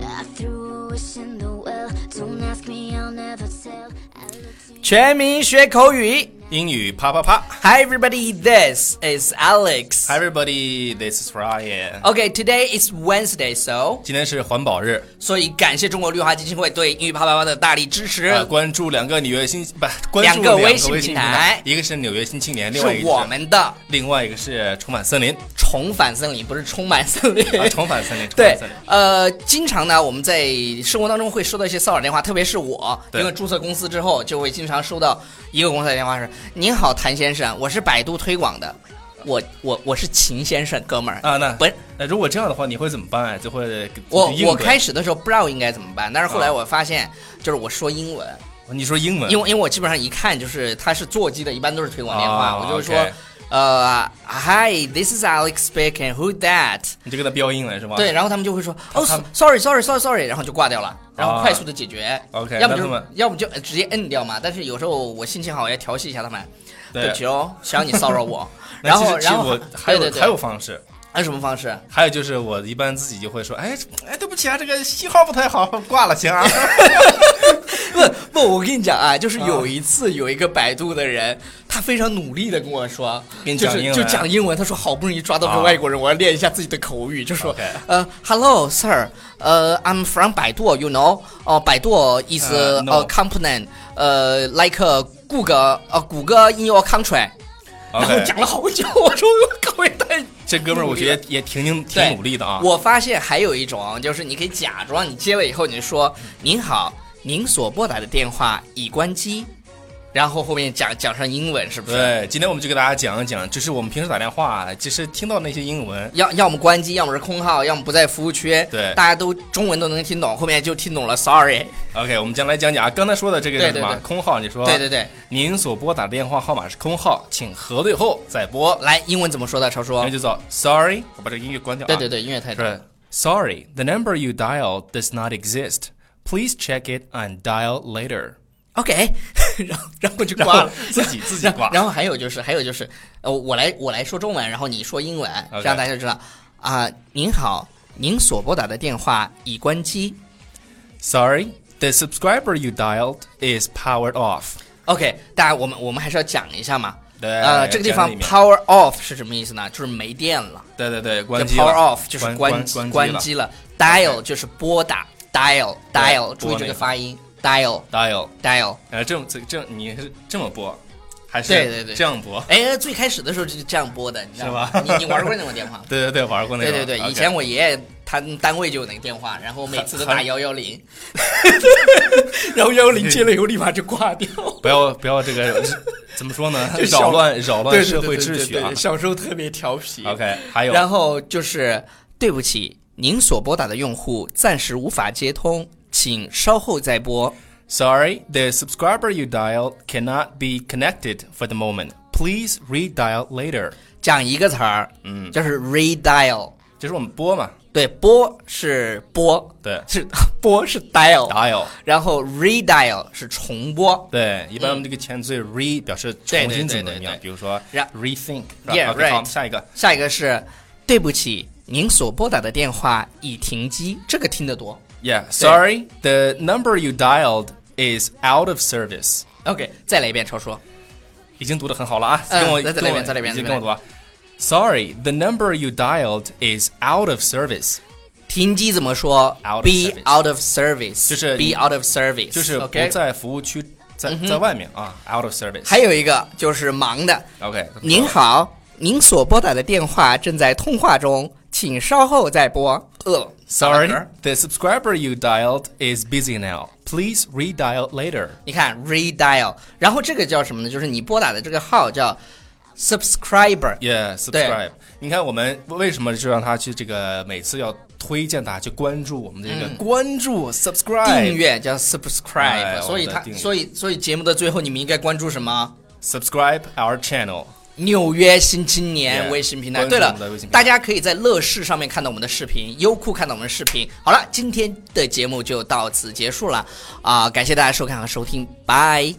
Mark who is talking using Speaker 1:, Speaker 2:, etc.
Speaker 1: I threw a wish in the well. Don't ask me, I'll never tell. I looked you
Speaker 2: 全民学口语。
Speaker 3: 英语啪啪啪
Speaker 2: Hi everybody, this is Alex.
Speaker 3: ！Hi everybody, this is Ryan。
Speaker 2: Okay, today is Wednesday, so
Speaker 3: 今天是环保日，
Speaker 2: 所以感谢中国绿化基金会对英语啪啪啪的大力支持。
Speaker 3: 呃，关注两个纽约新不关
Speaker 2: 嗯
Speaker 3: 注
Speaker 2: 两个
Speaker 3: 个
Speaker 2: 微
Speaker 3: 微
Speaker 2: 信
Speaker 3: 信
Speaker 2: 平
Speaker 3: 平
Speaker 2: 台
Speaker 3: 一个是纽约新青年，另外一
Speaker 2: 是
Speaker 3: 个
Speaker 2: 我
Speaker 3: 是
Speaker 2: 们的
Speaker 3: 另外一个是重返森林，
Speaker 2: 重返森林，不是充满森林。
Speaker 3: 啊，重返森林，重
Speaker 2: 对
Speaker 3: 返森林，，
Speaker 2: 呃，经常呢，我们在生活当中会收到一些骚扰电话，特别是我，
Speaker 3: 对
Speaker 2: 因为注册公司之后，就会经常收到一个公司的电话是：“您好，谭先生，我是百度推广的，我我我是秦先生，哥们儿
Speaker 3: 啊那
Speaker 2: 不是
Speaker 3: 那如果这样的话，你会怎么办啊？就会
Speaker 2: 我我开
Speaker 3: 始
Speaker 2: 始的时候不知道应该怎么办，但是后来
Speaker 3: 啊嗯
Speaker 2: 我发现，就是我说英文，
Speaker 3: 你说英文，
Speaker 2: 因为因为我基本上一看就是他是座机的，一般都是推广电话，
Speaker 3: 啊
Speaker 2: 我就会说
Speaker 3: OK
Speaker 2: 呃，Hi，this is Alex speaking. Who that？
Speaker 3: 你就跟他飙英文是吧？
Speaker 2: 对，然后他们就会说哦
Speaker 3: 他们
Speaker 2: ，sorry，sorry，sorry，sorry，然后就挂掉了，然后
Speaker 3: 啊
Speaker 2: 快速的解决。
Speaker 3: OK，
Speaker 2: 要不就
Speaker 3: 那他
Speaker 2: 是
Speaker 3: 们
Speaker 2: 要不就直接摁掉嘛。但是有时候我心情好，我要调戏一下他们。对
Speaker 3: 对
Speaker 2: 不起哦，想让你骚扰我。
Speaker 3: 那
Speaker 2: 然
Speaker 3: 其实
Speaker 2: 后，
Speaker 3: 其实
Speaker 2: 然后
Speaker 3: 我还有
Speaker 2: 对对对
Speaker 3: 还有方式，
Speaker 2: 还有什么方式？
Speaker 3: 还有就是我一般自己就会说，哎哎，对不起啊，这个信号不太好，挂了行 啊。
Speaker 2: 不 不，我跟你讲啊，就是有一次有一个百度的人，他非常努力的跟我说，
Speaker 3: 给你
Speaker 2: 就
Speaker 3: 讲
Speaker 2: 是
Speaker 3: 英文
Speaker 2: 就讲英文，他说好不容易抓到个
Speaker 3: 啊
Speaker 2: 外国人，我要练一下自己的口语，就说
Speaker 3: OK
Speaker 2: 呃，Hello sir，呃，I'm from 百度，you know，哦，百度 is
Speaker 3: 呃
Speaker 2: 呃
Speaker 3: ，no
Speaker 2: company，呃，like a Google，呃，谷歌 in your country，然后
Speaker 3: OK，
Speaker 2: 讲了好久，我说我口语太
Speaker 3: 这哥们儿我觉得也挺挺
Speaker 2: 对
Speaker 3: 挺努力的啊。
Speaker 2: 我发现还有一种，就是你可以假装你接了以后，你就说“您好，您所拨打的电话已关机”，然后后面讲讲上英文，是不是？
Speaker 3: 对，今天我们就给大家讲一讲，就是我们平时打电话，就是听到那些英文，
Speaker 2: 要要么关机，要么是空号，要么不在服务区。
Speaker 3: 对
Speaker 2: 大家都中文都能听懂，后面就听懂了。Sorry，
Speaker 3: OK，我们将来讲讲啊，刚才说的这个是
Speaker 2: 对
Speaker 3: 什
Speaker 2: 对
Speaker 3: 么
Speaker 2: 对
Speaker 3: 空号？你说
Speaker 2: 对对，对，
Speaker 3: 您所拨打的电话号码是空号，请核对后再拨。
Speaker 2: 来，英文怎么说的？超
Speaker 3: 然
Speaker 2: 说
Speaker 3: 后。就走，Sorry，我把这个音乐关掉、啊。
Speaker 2: 对对对，音乐太重。
Speaker 3: 对，Sorry, the number you dialed does not exist. Please check it and dial later.
Speaker 2: OK，然 后然后就
Speaker 3: 然
Speaker 2: 挂
Speaker 3: 后
Speaker 2: 了。
Speaker 3: 自己自己 挂。
Speaker 2: 然后还有就是，还有就是，呃，我来我来说中文，然后你说英文，这
Speaker 3: OK
Speaker 2: 样大家就知道啊、您好，您所拨打的电话已关机。
Speaker 3: Sorry, the subscriber you dialed is powered off.
Speaker 2: OK，大家我们我们还是要讲一下嘛。
Speaker 3: 对
Speaker 2: 呃，这个地
Speaker 3: 讲
Speaker 2: 方
Speaker 3: 里面
Speaker 2: power off 是什么意思呢？就是没电了。
Speaker 3: 对对对，
Speaker 2: 这
Speaker 3: 关机了。
Speaker 2: power off 就是
Speaker 3: 关
Speaker 2: 机
Speaker 3: 关
Speaker 2: 关
Speaker 3: 了。
Speaker 2: 机了。dial 就是拨打，dial
Speaker 3: 对
Speaker 2: dial，
Speaker 3: 拨
Speaker 2: 注意这个
Speaker 3: 那个
Speaker 2: 发音，dial
Speaker 3: Dial，
Speaker 2: dial。
Speaker 3: 呃，这么这这你是这么播，还是
Speaker 2: 对对对
Speaker 3: 这样播？
Speaker 2: 哎，最开始的时候就是这样拨的，你知道吗
Speaker 3: 是吧？
Speaker 2: 你你玩过那种电话吗？
Speaker 3: 对对对，玩过那
Speaker 2: 对
Speaker 3: 个。
Speaker 2: 对对，以
Speaker 3: OK
Speaker 2: 前我爷爷他单位就有那个电话，然后每次都打
Speaker 3: 很
Speaker 2: 幺幺 零，然后幺幺零接了以后立马就挂掉，
Speaker 3: 不要不要这个怎么说呢？
Speaker 2: 就小
Speaker 3: 扰乱扰
Speaker 2: 对
Speaker 3: 乱社会秩序啊。
Speaker 2: 小时候特别调皮
Speaker 3: OK，还有
Speaker 2: 然后就是对不起，您所拨打的用户暂时无法接通，请稍后再拨。
Speaker 3: Sorry, the subscriber you dialed cannot be connected for the moment. Please redial later.
Speaker 2: 讲一个词儿，嗯，就是 redial。
Speaker 3: 就是我们播嘛
Speaker 2: 对，拨是拨，
Speaker 3: 对
Speaker 2: 是 拨是 dial，
Speaker 3: ，dial。
Speaker 2: 然后 redial 是重拨。
Speaker 3: 对，一般我们这个前缀 re 表示
Speaker 2: 对
Speaker 3: 重新
Speaker 2: 对对
Speaker 3: 怎么
Speaker 2: 对
Speaker 3: 样，
Speaker 2: 对
Speaker 3: 比如说
Speaker 2: 然
Speaker 3: rethink 是吧。
Speaker 2: Yeah,
Speaker 3: OK，好，
Speaker 2: right
Speaker 3: 下一个
Speaker 2: 下一个是对不起，您所拨打的电话已停机，这个听得多。
Speaker 3: ，Yeah. Sorry, the number you dialed is out of service.
Speaker 2: OK，再来一遍，超叔。
Speaker 3: 已经读的很好了啊，
Speaker 2: 嗯
Speaker 3: 跟我
Speaker 2: 再再来一遍再来一遍
Speaker 3: 已经
Speaker 2: 再来
Speaker 3: 跟
Speaker 2: 一遍
Speaker 3: 我读啊。Sorry, the number you dialed is out of service，
Speaker 2: 停机怎么说
Speaker 3: Out of
Speaker 2: ？Be
Speaker 3: service
Speaker 2: out of service，
Speaker 3: 就是
Speaker 2: be
Speaker 3: 你
Speaker 2: out of service，
Speaker 3: 就是不
Speaker 2: OK。
Speaker 3: 在服务区，在在外面啊，out of service。
Speaker 2: 还有一个就是忙的，
Speaker 3: OK，
Speaker 2: 您好，您所拨打的电话正在通话中，请稍后再拨。呃打嗝
Speaker 3: ，Sorry,
Speaker 2: 儿
Speaker 3: the subscriber you dialed is busy now. Please redial later.
Speaker 2: 你看 redial，然后这个叫什么呢？就是你拨打的这个号叫 subscriber，
Speaker 3: Yeah, subscribe。你看我们为什么就让他去这个每次要推荐大家去关注我们的这个关注 subscribe
Speaker 2: 订阅叫
Speaker 3: 哎
Speaker 2: subscribe，
Speaker 3: 我
Speaker 2: 所以
Speaker 3: 的
Speaker 2: 它
Speaker 3: 订阅
Speaker 2: 所以所以节目的最后你们应该关注什么？
Speaker 3: subscribe our channel。
Speaker 2: 纽约新青年
Speaker 3: Yeah，
Speaker 2: 微信平台。
Speaker 3: 关注
Speaker 2: 对
Speaker 3: 我
Speaker 2: 了
Speaker 3: 们的微信平，台
Speaker 2: 大家可以在乐视上面看到我们的视频，优酷看到我们的视频。好了，今天的节目就到此结束了啊、感谢大家收看和收听，拜。